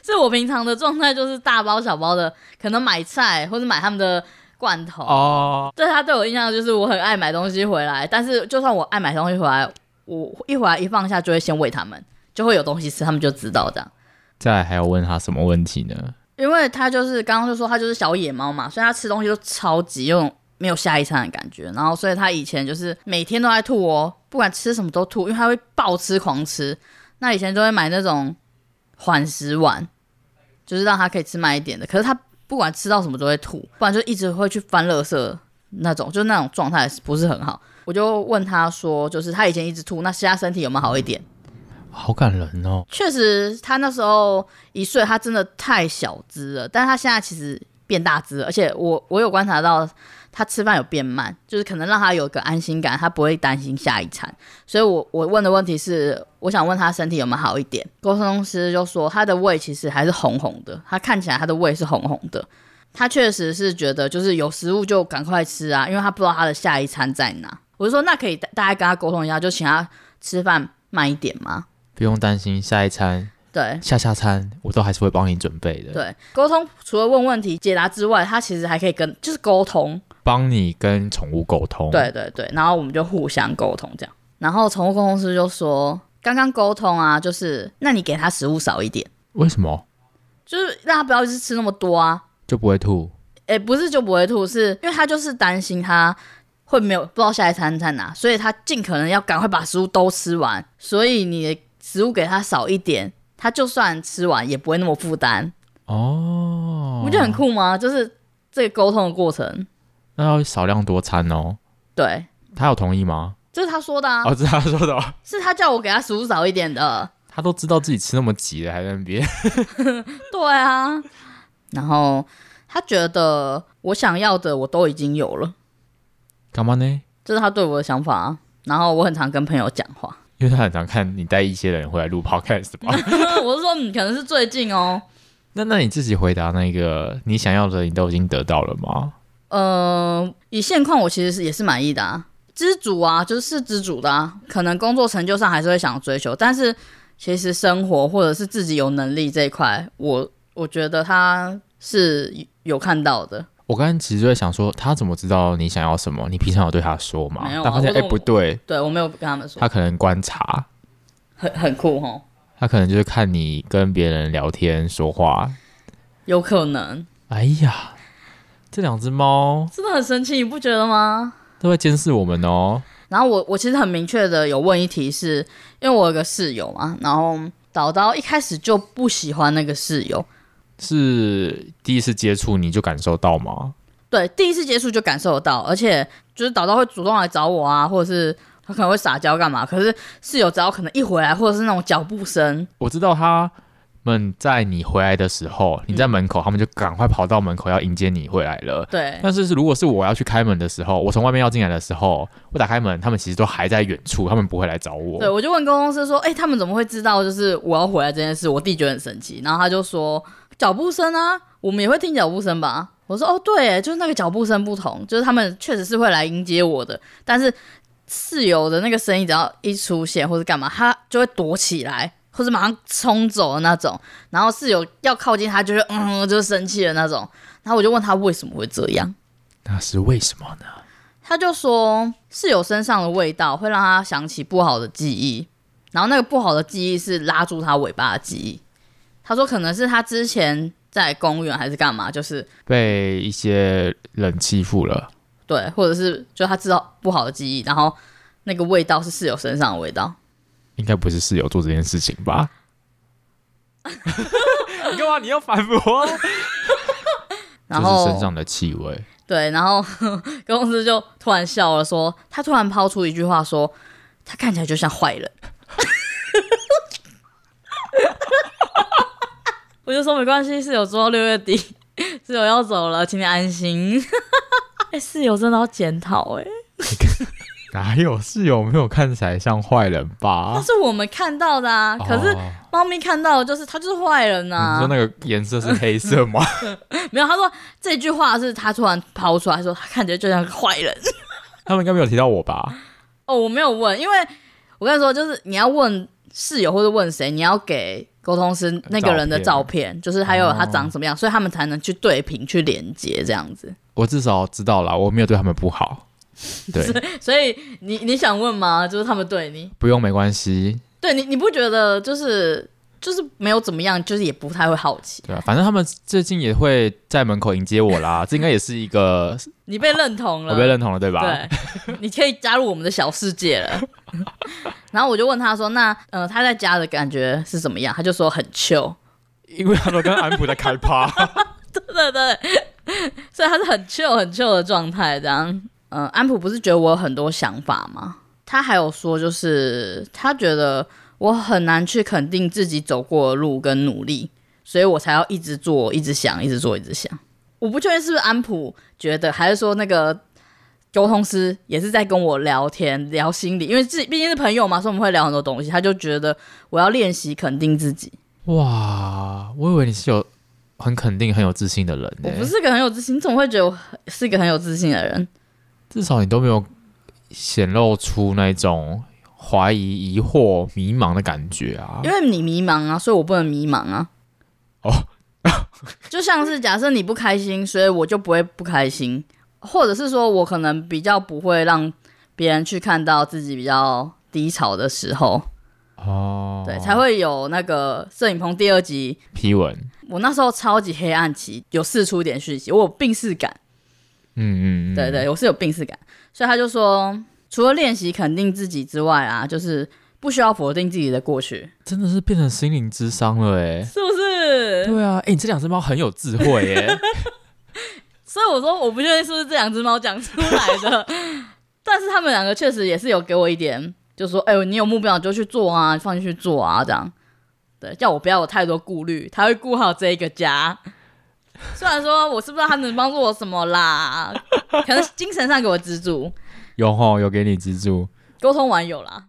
[SPEAKER 1] 是我平常的状态就是大包小包的，可能买菜或者买他们的罐头。
[SPEAKER 2] 哦，
[SPEAKER 1] 对他对我印象就是我很爱买东西回来，但是就算我爱买东西回来，我一回来一放下就会先喂他们，就会有东西吃，他们就知道这样。
[SPEAKER 2] 再来还要问他什么问题呢？
[SPEAKER 1] 因为他就是刚刚就说他就是小野猫嘛，所以他吃东西都超级用没有下一餐的感觉，然后所以他以前就是每天都在吐哦，不管吃什么都吐，因为他会暴吃狂吃。那以前都会买那种缓食碗，就是让他可以吃慢一点的，可是他不管吃到什么都会吐，不然就一直会去翻垃圾那种，就是那种状态不是很好。我就问他说，就是他以前一直吐，那现在身体有没有好一点？
[SPEAKER 2] 好感人哦。
[SPEAKER 1] 确实，他那时候一岁，他真的太小只了，但是他现在其实变大只了，而且我我有观察到他吃饭有变慢，就是可能让他有个安心感，他不会担心下一餐。所以我我问的问题是，我想问他身体有没有好一点？沟通师就说他的胃其实还是红红的，他看起来他的胃是红红的。他确实是觉得就是有食物就赶快吃啊，因为他不知道他的下一餐在哪。我就说那可以大大概跟他沟通一下，就请他吃饭慢一点吗？
[SPEAKER 2] 不用担心下一餐
[SPEAKER 1] 对
[SPEAKER 2] 下下餐，我都还是会帮你准备的，
[SPEAKER 1] 对，沟通除了问问题、解答之外，他其实还可以跟就是沟通，
[SPEAKER 2] 帮你跟宠物沟通。
[SPEAKER 1] 对，对对，然后我们就互相沟通这样。然后宠物公司就说，刚刚沟通啊，就是那你给它食物少一点，
[SPEAKER 2] 为什么
[SPEAKER 1] 就是让它不要一直吃那么多啊。
[SPEAKER 2] 就不会吐？
[SPEAKER 1] 诶，不是就不会吐，是因为他就是担心它会没有不知道下一餐在哪，所以他尽可能要赶快把食物都吃完。所以你的食物给它少一点，它就算吃完也不会那么负担。
[SPEAKER 2] 哦，
[SPEAKER 1] 不就很酷吗？就是这个沟通的过程，
[SPEAKER 2] 那要少量多餐哦。
[SPEAKER 1] 对，
[SPEAKER 2] 他有同意吗？
[SPEAKER 1] 这是他说的啊，
[SPEAKER 2] 哦，这是他说的哦，
[SPEAKER 1] 是他叫我给他食物少一点的。
[SPEAKER 2] 他都知道自己吃那么急了，还在那边。 [laughs]
[SPEAKER 1] 对啊，然后他觉得我想要的我都已经有了，
[SPEAKER 2] 干嘛呢？
[SPEAKER 1] 这是他对我的想法啊。然后我很常跟朋友讲话，
[SPEAKER 2] 因为他很常看你带一些人回来录 podcast
[SPEAKER 1] [laughs]
[SPEAKER 2] 吧。
[SPEAKER 1] 我是说，嗯，可能是最近哦，
[SPEAKER 2] 那那你自己回答那个你想要的，你都已经得到了吗？
[SPEAKER 1] 呃，以现况我其实是也是满意的啊，知足啊，就是是知足的啊。可能工作成就上还是会想追求，但是其实生活或者是自己有能力这一块，我我觉得他是有看到的。
[SPEAKER 2] 我刚才其实就在想说，他怎么知道你想要什么？你平常有对他说吗？
[SPEAKER 1] 没有啊
[SPEAKER 2] 但发现
[SPEAKER 1] 我
[SPEAKER 2] 哎、
[SPEAKER 1] 都
[SPEAKER 2] 不对，
[SPEAKER 1] 对我没有跟他们说，
[SPEAKER 2] 他可能观察，
[SPEAKER 1] 很很酷哦吼，
[SPEAKER 2] 他可能就是看你跟别人聊天说话。
[SPEAKER 1] 有可能
[SPEAKER 2] 哎呀，这两只猫
[SPEAKER 1] 真的很神奇，你不觉得吗？
[SPEAKER 2] 都在监视我们哦。
[SPEAKER 1] 然后我我其实很明确的有问一题是，因为我有个室友嘛，然后导导一开始就不喜欢那个室友，
[SPEAKER 2] 是第一次接触你就感受到吗？
[SPEAKER 1] 对，第一次接触就感受得到，而且就是导导会主动来找我啊，或者是他可能会撒娇干嘛。可是室友只要可能一回来，或者是那种脚步声，
[SPEAKER 2] 我知道他们在你回来的时候，你在门口，他们就赶快跑到门口要迎接你回来了。
[SPEAKER 1] 对
[SPEAKER 2] 但是是如果是我要去开门的时候，我从外面要进来的时候，我打开门，他们其实都还在远处，他们不会来找我。
[SPEAKER 1] 对，我就问公公司说，哎、他们怎么会知道就是我要回来这件事？我弟觉得很神奇，然后他就说脚步声啊，我们也会听脚步声吧。我说哦，对耶，就是那个脚步声不同，就是他们确实是会来迎接我的，但是室友的那个声音只要一出现或者干嘛，他就会躲起来，或者马上冲走的那种。然后室友要靠近他，就是嗯，就是生气的那种。然后我就问他为什么会这样，
[SPEAKER 2] 那是为什么呢？
[SPEAKER 1] 他就说室友身上的味道会让他想起不好的记忆，然后那个不好的记忆是拉住他尾巴的记忆。他说可能是他之前在公园还是干嘛，就是
[SPEAKER 2] 被一些人欺负了，
[SPEAKER 1] 对，或者是就他知道不好的记忆，然后那个味道是室友身上的味道。
[SPEAKER 2] 应该不是室友做这件事情吧？你干嘛？你要反驳？
[SPEAKER 1] [laughs] 然
[SPEAKER 2] 就
[SPEAKER 1] 后
[SPEAKER 2] 是身上的气味。
[SPEAKER 1] 对，然后 [laughs] 公司就突然笑了说，他突然抛出一句话说，他看起来就像坏人。 [laughs] 我就说没关系，室友做到六月底，室友要走了，请你安心。哎、室友真的要检讨哎，
[SPEAKER 2] 哪有室友没有看起来像坏人
[SPEAKER 1] 那
[SPEAKER 2] 吧？
[SPEAKER 1] 是我们看到的啊，可是
[SPEAKER 2] 哦
[SPEAKER 1] 猫咪看到的就是他就是坏人
[SPEAKER 2] 你
[SPEAKER 1] 啊
[SPEAKER 2] 说。那个颜色是黑色
[SPEAKER 1] [laughs]
[SPEAKER 2] 吗？
[SPEAKER 1] 没有，他说这句话是他突然抛出来，说他看起来就像个坏人。
[SPEAKER 2] 他们应该没有提到我吧？
[SPEAKER 1] 哦，我没有问，因为我跟你说，就是你要问室友或者问谁，你要给沟通师那个人的照片，就是还有他长什
[SPEAKER 2] 哦
[SPEAKER 1] 么样，所以他们才能去对平、去连接这样子。
[SPEAKER 2] 我至少知道啦，我没有对他们
[SPEAKER 1] [laughs]
[SPEAKER 2] 不好。对，
[SPEAKER 1] 所以你你想问吗？就是他们对你，
[SPEAKER 2] 不用没关系，
[SPEAKER 1] 对你，你不觉得就是就是没有怎么样，就是也不太会好奇，
[SPEAKER 2] 对啊，反正他们最近也会在门口迎接我
[SPEAKER 1] [laughs]
[SPEAKER 2] 啦，这应该也是一个
[SPEAKER 1] 你被认同了，
[SPEAKER 2] 我被认同了，对吧？
[SPEAKER 1] 对，你可以加入我们的小世界了。 [laughs] 然后我就问他说：“那呃，他在家的感觉是怎么样？”他就说很 chill。
[SPEAKER 2] 因为他们跟安普在开
[SPEAKER 1] [laughs]
[SPEAKER 2] 趴，
[SPEAKER 1] 对对，对，所以他是很 chill 很 chill 的状态这样。嗯，安普不是觉得我有很多想法吗？他还有说，就是他觉得我很难去肯定自己走过的路跟努力，所以我才要一直做，一直想，一直做，一直想。我不确定是不是安普觉得，还是说那个沟通师也是在跟我聊天聊心理，因为自己毕竟是朋友嘛，所以我们会聊很多东西。他就觉得我要练习肯定自己，
[SPEAKER 2] 哇，我以为你是有很肯定、很有自信的人呢、
[SPEAKER 1] 我不是个很有自信，你怎么会觉得我是一个很有自信的人？
[SPEAKER 2] 至少你都没有显露出那种怀疑、疑惑、迷茫的感觉啊
[SPEAKER 1] 因。为你迷茫啊，所以我不能迷茫啊。
[SPEAKER 2] 哦，
[SPEAKER 1] [laughs] 就像是假设你不开心，所以我就不会不开心，或者是说我可能比较不会让别人去看到自己比较低潮的时候，
[SPEAKER 2] 哦，
[SPEAKER 1] 对，才会有那个摄影棚第二集。
[SPEAKER 2] 批文，
[SPEAKER 1] 我那时候超级黑暗期，有试出一点讯息，我有病逝感，
[SPEAKER 2] 嗯嗯嗯，
[SPEAKER 1] 对对，我是有病逝感，所以他就说，除了练习肯定自己之外啊，就是不需要否定自己的过去，
[SPEAKER 2] 真的是变成心灵智商了哎。
[SPEAKER 1] 是不是？
[SPEAKER 2] 对啊，哎、你这两只猫很有智慧欸 [laughs] 耶。
[SPEAKER 1] 所以我说，我不确定是不是这两只猫讲出来的，但是他们两个确实也是有给我一点，就说，哎、呦，你有目标你就去做啊，放心去做啊，这样，对，叫我不要有太多顾虑，他会顾好这一个家。虽然说我是不知道他能帮助我什么啦，可能精神上给我支柱，
[SPEAKER 2] 有吼，有给你资助，
[SPEAKER 1] 沟通完有啦，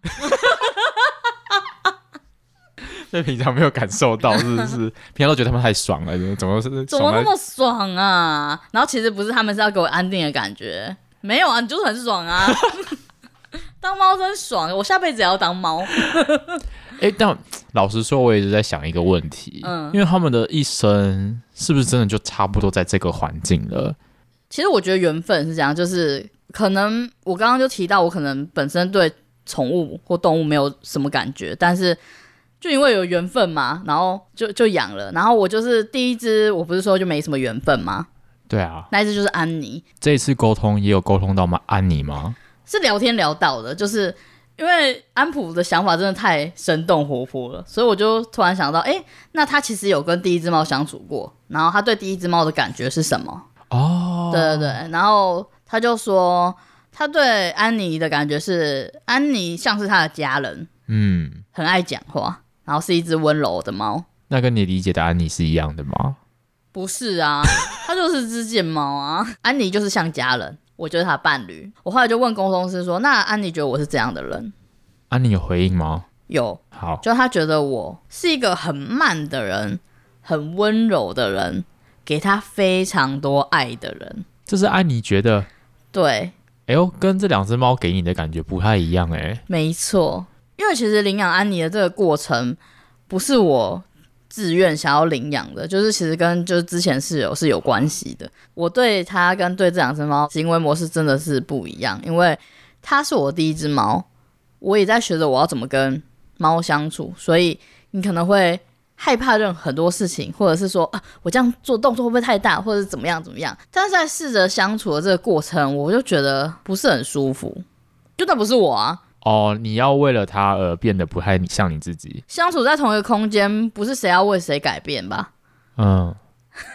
[SPEAKER 2] 这平常没有感受到，是不 [laughs] 是？平常都觉得他们太爽了，怎么是
[SPEAKER 1] 怎么
[SPEAKER 2] 爽
[SPEAKER 1] 那
[SPEAKER 2] 到
[SPEAKER 1] 么爽啊？然后其实不是，他们是要给我安定的感觉，没有啊，你就是很爽啊。当猫真爽，我下辈子也要当猫。
[SPEAKER 2] 哎、但老实说，我也是在想一个问题，
[SPEAKER 1] 嗯
[SPEAKER 2] 因为他们的一生是不是真的就差不多在这个环境了？
[SPEAKER 1] 其实我觉得缘分是这样，就是可能我刚刚就提到，我可能本身对宠物或动物没有什么感觉，但是就因为有缘分嘛，然后就就养了。然后我就是第一只，我不是说就没什么缘分吗？
[SPEAKER 2] 对啊，
[SPEAKER 1] 那一只就是安妮，
[SPEAKER 2] 这一次沟通也有沟通到吗？安妮吗？
[SPEAKER 1] 是聊天聊到的，就是因为安普的想法真的太生动活泼了，所以我就突然想到，诶，那他其实有跟第一只猫相处过，然后他对第一只猫的感觉是什么？
[SPEAKER 2] 哦，
[SPEAKER 1] 对对对，然后他就说，他对安妮的感觉是，安妮像是他的家人，
[SPEAKER 2] 嗯，
[SPEAKER 1] 很爱讲话，然后是一只温柔的猫。
[SPEAKER 2] 那跟你理解的安妮是一样的吗？
[SPEAKER 1] 不是啊，它就是只贱猫啊。安妮就是像家人，我就是他伴侣。我后来就问工程师说，那安妮觉得我是怎样的人？
[SPEAKER 2] 安妮有回应吗？
[SPEAKER 1] 有，
[SPEAKER 2] 好，
[SPEAKER 1] 就他觉得我是一个很慢的人，很温柔的人，给他非常多爱的人。
[SPEAKER 2] 这是安妮觉得，
[SPEAKER 1] 对，
[SPEAKER 2] 哎呦，跟这两只猫给你的感觉不太一样哎、
[SPEAKER 1] 没错，因为其实领养安妮的这个过程不是我自愿想要领养的，就是其实跟就是之前室友是有关系的。我对它跟对这两只猫行为模式真的是不一样，因为它是我第一只猫，我也在学着我要怎么跟猫相处，所以你可能会。害怕任很多事情，或者是说啊，我这样做动作会不会太大，或者是怎么样怎么样？但是在试着相处的这个过程，我就觉得不是很舒服，就那不是我啊，
[SPEAKER 2] 哦，你要为了它而变得不太像你自己，
[SPEAKER 1] 相处在同一个空间，不是谁要为谁改变吧？
[SPEAKER 2] 嗯，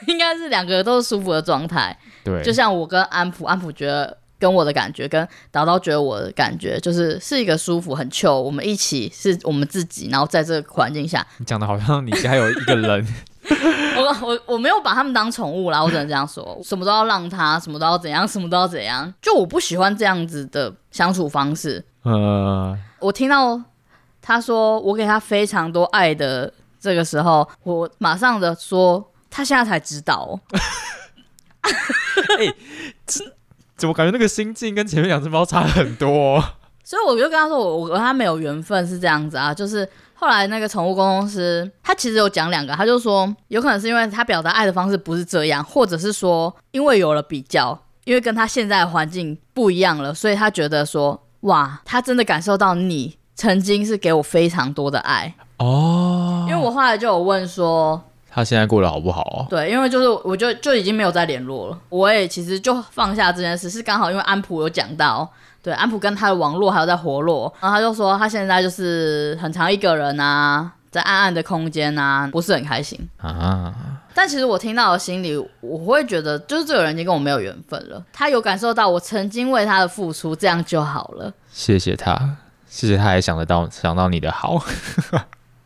[SPEAKER 1] 应该是两个都是舒服的状态。
[SPEAKER 2] 对，
[SPEAKER 1] 就像我跟安普，安普觉得跟我的感觉，跟叨叨觉得我的感觉，就是是一个舒服、很 chill。我们一起是我们自己，然后在这个环境下，
[SPEAKER 2] 你讲的好像你家有一个人， [laughs]
[SPEAKER 1] 我我我没有把他们当宠物啦，我只能这样说，什么都要让他，什么都要怎样，什么都要怎样。就我不喜欢这样子的相处方式。
[SPEAKER 2] 呃，
[SPEAKER 1] 我听到他说我给他非常多爱的这个时候，我马上的说他现在才知道哦、
[SPEAKER 2] 怎么感觉那个心境跟前面两只猫差很多、
[SPEAKER 1] 所以我就跟他说我我跟他没有缘分是这样子啊，就是后来那个宠物公司他其实有讲两个，他就说有可能是因为他表达爱的方式不是这样，或者是说因为有了比较，因为跟他现在的环境不一样了，所以他觉得说哇，他真的感受到你曾经是给我非常多的爱，
[SPEAKER 2] 哦
[SPEAKER 1] 因为我后来就有问说
[SPEAKER 2] 他现在过得好不好、
[SPEAKER 1] 对，因为就是我就就已经没有再联络了。我也其实就放下这件事，是刚好因为安普有讲到，对安普跟他的网络还有在活络，然后他就说他现在就是很长一个人啊，在暗暗的空间啊，不是很开心。
[SPEAKER 2] 啊？
[SPEAKER 1] 但其实我听到的心里，我会觉得就是这个人已经跟我没有缘分了。他有感受到我曾经为他的付出，这样就好了。
[SPEAKER 2] 谢谢他，谢谢他还想得到想到你的好。 [laughs]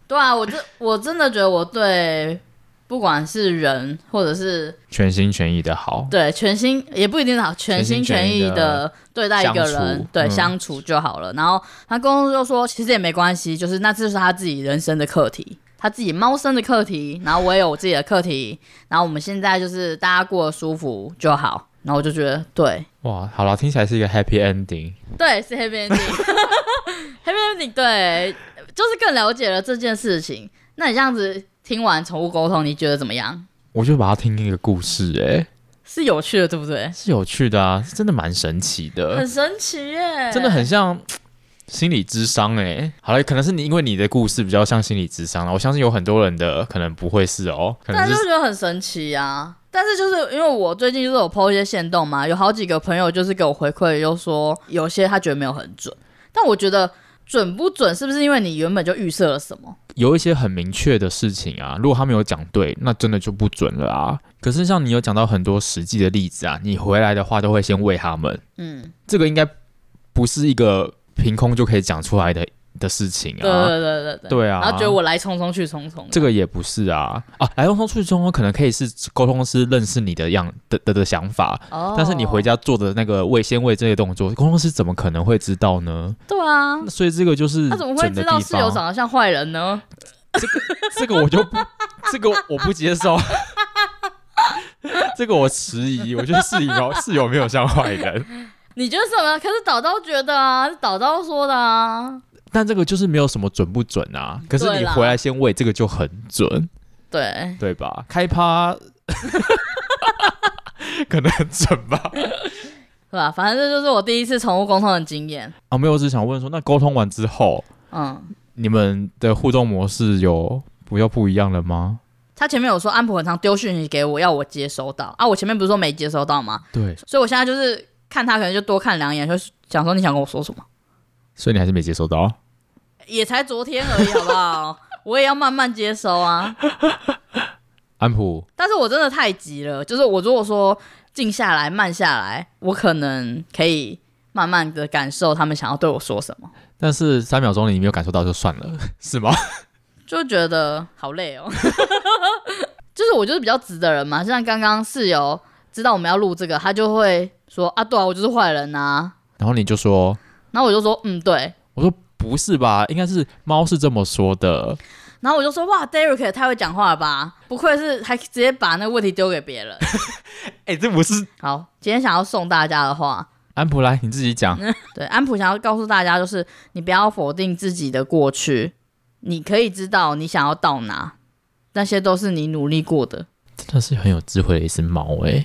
[SPEAKER 1] 对啊，我真我真的觉得我对不管是人或者是
[SPEAKER 2] 全心全意的好，
[SPEAKER 1] 对，全心也不一定好，全心全意的对待一个
[SPEAKER 2] 相
[SPEAKER 1] 人，
[SPEAKER 2] 处
[SPEAKER 1] 对
[SPEAKER 2] 嗯
[SPEAKER 1] 相处就好了。然后他公司就说，其实也没关系，就是那这是他自己人生的课题，他自己猫生的课题，然后我也有我自己的课题，然后我们现在就是大家过得舒服就好。然后我就觉得对
[SPEAKER 2] 哇，好了，听起来是一个 happy ending。
[SPEAKER 1] 对是 [laughs] happy ending，happy ending 对，就是更了解了这件事情。那你这样子听完宠物沟通，你觉得怎么样？
[SPEAKER 2] 我就把它听一个故事、欸，
[SPEAKER 1] 是有趣的，对不对？
[SPEAKER 2] 是有趣的啊，是真的蛮神奇的
[SPEAKER 1] 很，神奇耶，
[SPEAKER 2] 真的很像心理智商、欸，好了，可能是你因为你的故事比较像心理智商了，我相信有很多人的可能不会是哦，可能
[SPEAKER 1] 但
[SPEAKER 2] 是
[SPEAKER 1] 啊就觉得很神奇啊。但是就是因为我最近就是有 PO 一些线动嘛，有好几个朋友就是给我回馈，又说有些他觉得没有很准，但我觉得准不准是不是因为你原本就预设了什么？
[SPEAKER 2] 有一些很明确的事情啊，如果他没有讲对，那真的就不准了啊。可是像你有讲到很多实际的例子啊，你回来的话都会先喂他们，
[SPEAKER 1] 嗯，
[SPEAKER 2] 这个应该不是一个凭空就可以讲出来的的事情
[SPEAKER 1] 对
[SPEAKER 2] 啊。
[SPEAKER 1] 对对对对。
[SPEAKER 2] 对啊，
[SPEAKER 1] 然后觉得我来匆匆去匆匆，
[SPEAKER 2] 这个也不是啊啊，来沟通去中可能可以是沟通师认识你的样的的的想法，
[SPEAKER 1] 哦，
[SPEAKER 2] 但是你回家做的那个喂先喂这些动作，沟通师怎么可能会知道呢？
[SPEAKER 1] 对啊，
[SPEAKER 2] 那所以这个就是
[SPEAKER 1] 他怎么会
[SPEAKER 2] 准的
[SPEAKER 1] 知道
[SPEAKER 2] 地
[SPEAKER 1] 室友
[SPEAKER 2] 方
[SPEAKER 1] 长得像坏人呢？
[SPEAKER 2] 这个我就不，这个我不接受。这个我迟疑，我觉得室友室友没有像坏人，
[SPEAKER 1] 你觉得什么？可是导刀觉得啊，是导刀说的啊，
[SPEAKER 2] 但这个就是没有什么准不准啊。可是
[SPEAKER 1] 对
[SPEAKER 2] 你
[SPEAKER 1] 啦
[SPEAKER 2] 回来先喂，这个就很准，
[SPEAKER 1] 对，
[SPEAKER 2] 对吧？开趴 [laughs] 可能很准吧。
[SPEAKER 1] 是吧？反正这就是我第一次宠物沟通的经验。
[SPEAKER 2] 啊，没有，我只是想问说，那沟通完之后，
[SPEAKER 1] 嗯，
[SPEAKER 2] 你们的互动模式有不要不一样了吗？
[SPEAKER 1] 他前面有说安普很常丢讯息给我，要我接收到啊。我前面不是说没接收到吗？
[SPEAKER 2] 对，
[SPEAKER 1] 所以我现在就是看他，可能就多看两眼，就想说你想跟我说什么。
[SPEAKER 2] 所以你还是没接收到。哦
[SPEAKER 1] 也才昨天而已，好不好？ [laughs] 我也要慢慢接收啊。
[SPEAKER 2] 安普，
[SPEAKER 1] 但是我真的太急了，就是我如果说静下来、慢下来，我可能可以慢慢的感受他们想要对我说什么，
[SPEAKER 2] 但是三秒钟你没有感受到就算了， [laughs] 是吗？
[SPEAKER 1] 就觉得好累哦。 [laughs] 就是我就是比较直的人嘛，像刚刚室友知道我们要录这个，他就会说啊，对啊，我就是坏人啊，
[SPEAKER 2] 然后你就说，
[SPEAKER 1] 然后我就说，嗯，对。
[SPEAKER 2] 我说不是吧，应该是猫是这么说的。
[SPEAKER 1] 然后我就说，哇，Derek 也太会讲话了吧，不愧是还直接把那个问题丢给别 [laughs] 人。
[SPEAKER 2] 哎、这不是
[SPEAKER 1] 好，今天想要送大家的话，
[SPEAKER 2] 安普来你自己讲，
[SPEAKER 1] 对安普想要告诉大家，就是你不要否定自己的过去，你可以知道你想要到哪，那些都是你努力过的。
[SPEAKER 2] 真的是很有智慧的一只猫哎、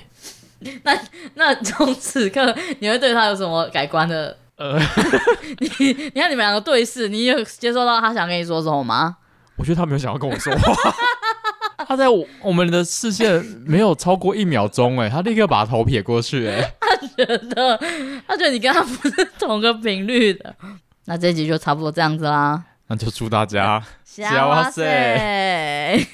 [SPEAKER 1] 那从此刻，你会对他有什么改观的？
[SPEAKER 2] 呃
[SPEAKER 1] 呃， [laughs] 你你看你们两个对视，你有接受到他想跟你说什么吗？
[SPEAKER 2] 我觉得它没有想要跟我说 [laughs] 话，它在我我们的视线没有超过一秒钟哎、它立刻把头撇过去哎、
[SPEAKER 1] 他觉得你跟他不是同个频率的。那这一集就差不多这样子啦。
[SPEAKER 2] [laughs] 那就祝大家。
[SPEAKER 1] 幸せ。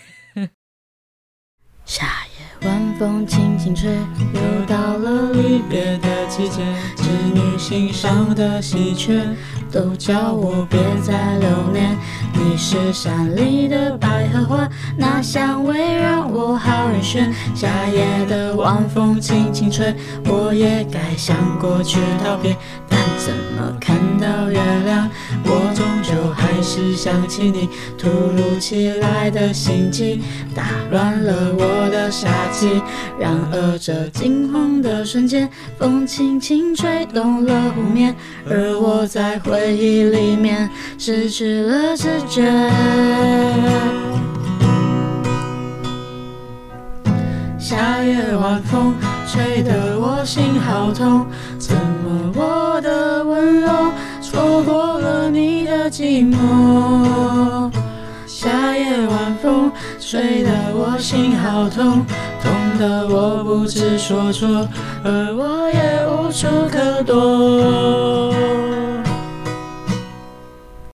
[SPEAKER 1] 夏夜晚风轻轻吹，又到了离别的季节，
[SPEAKER 3] 织女心上的喜鹊，都叫我别再留恋。你是山里的百合花，那香味让我好晕眩。夏夜的晚风轻轻吹，我也该向过去道别。但怎么看到月亮，我终究还是想起你。突如其来的心悸，打乱了我的夏季。然而这惊慌的瞬间，风轻轻吹动了湖面，而我在回忆里面失去了知觉。夏夜晚风吹得我心好痛，怎么我的温柔错过了你的寂寞？夏夜晚风吹得我心好痛，痛得我不知所措，而我也无处可躲。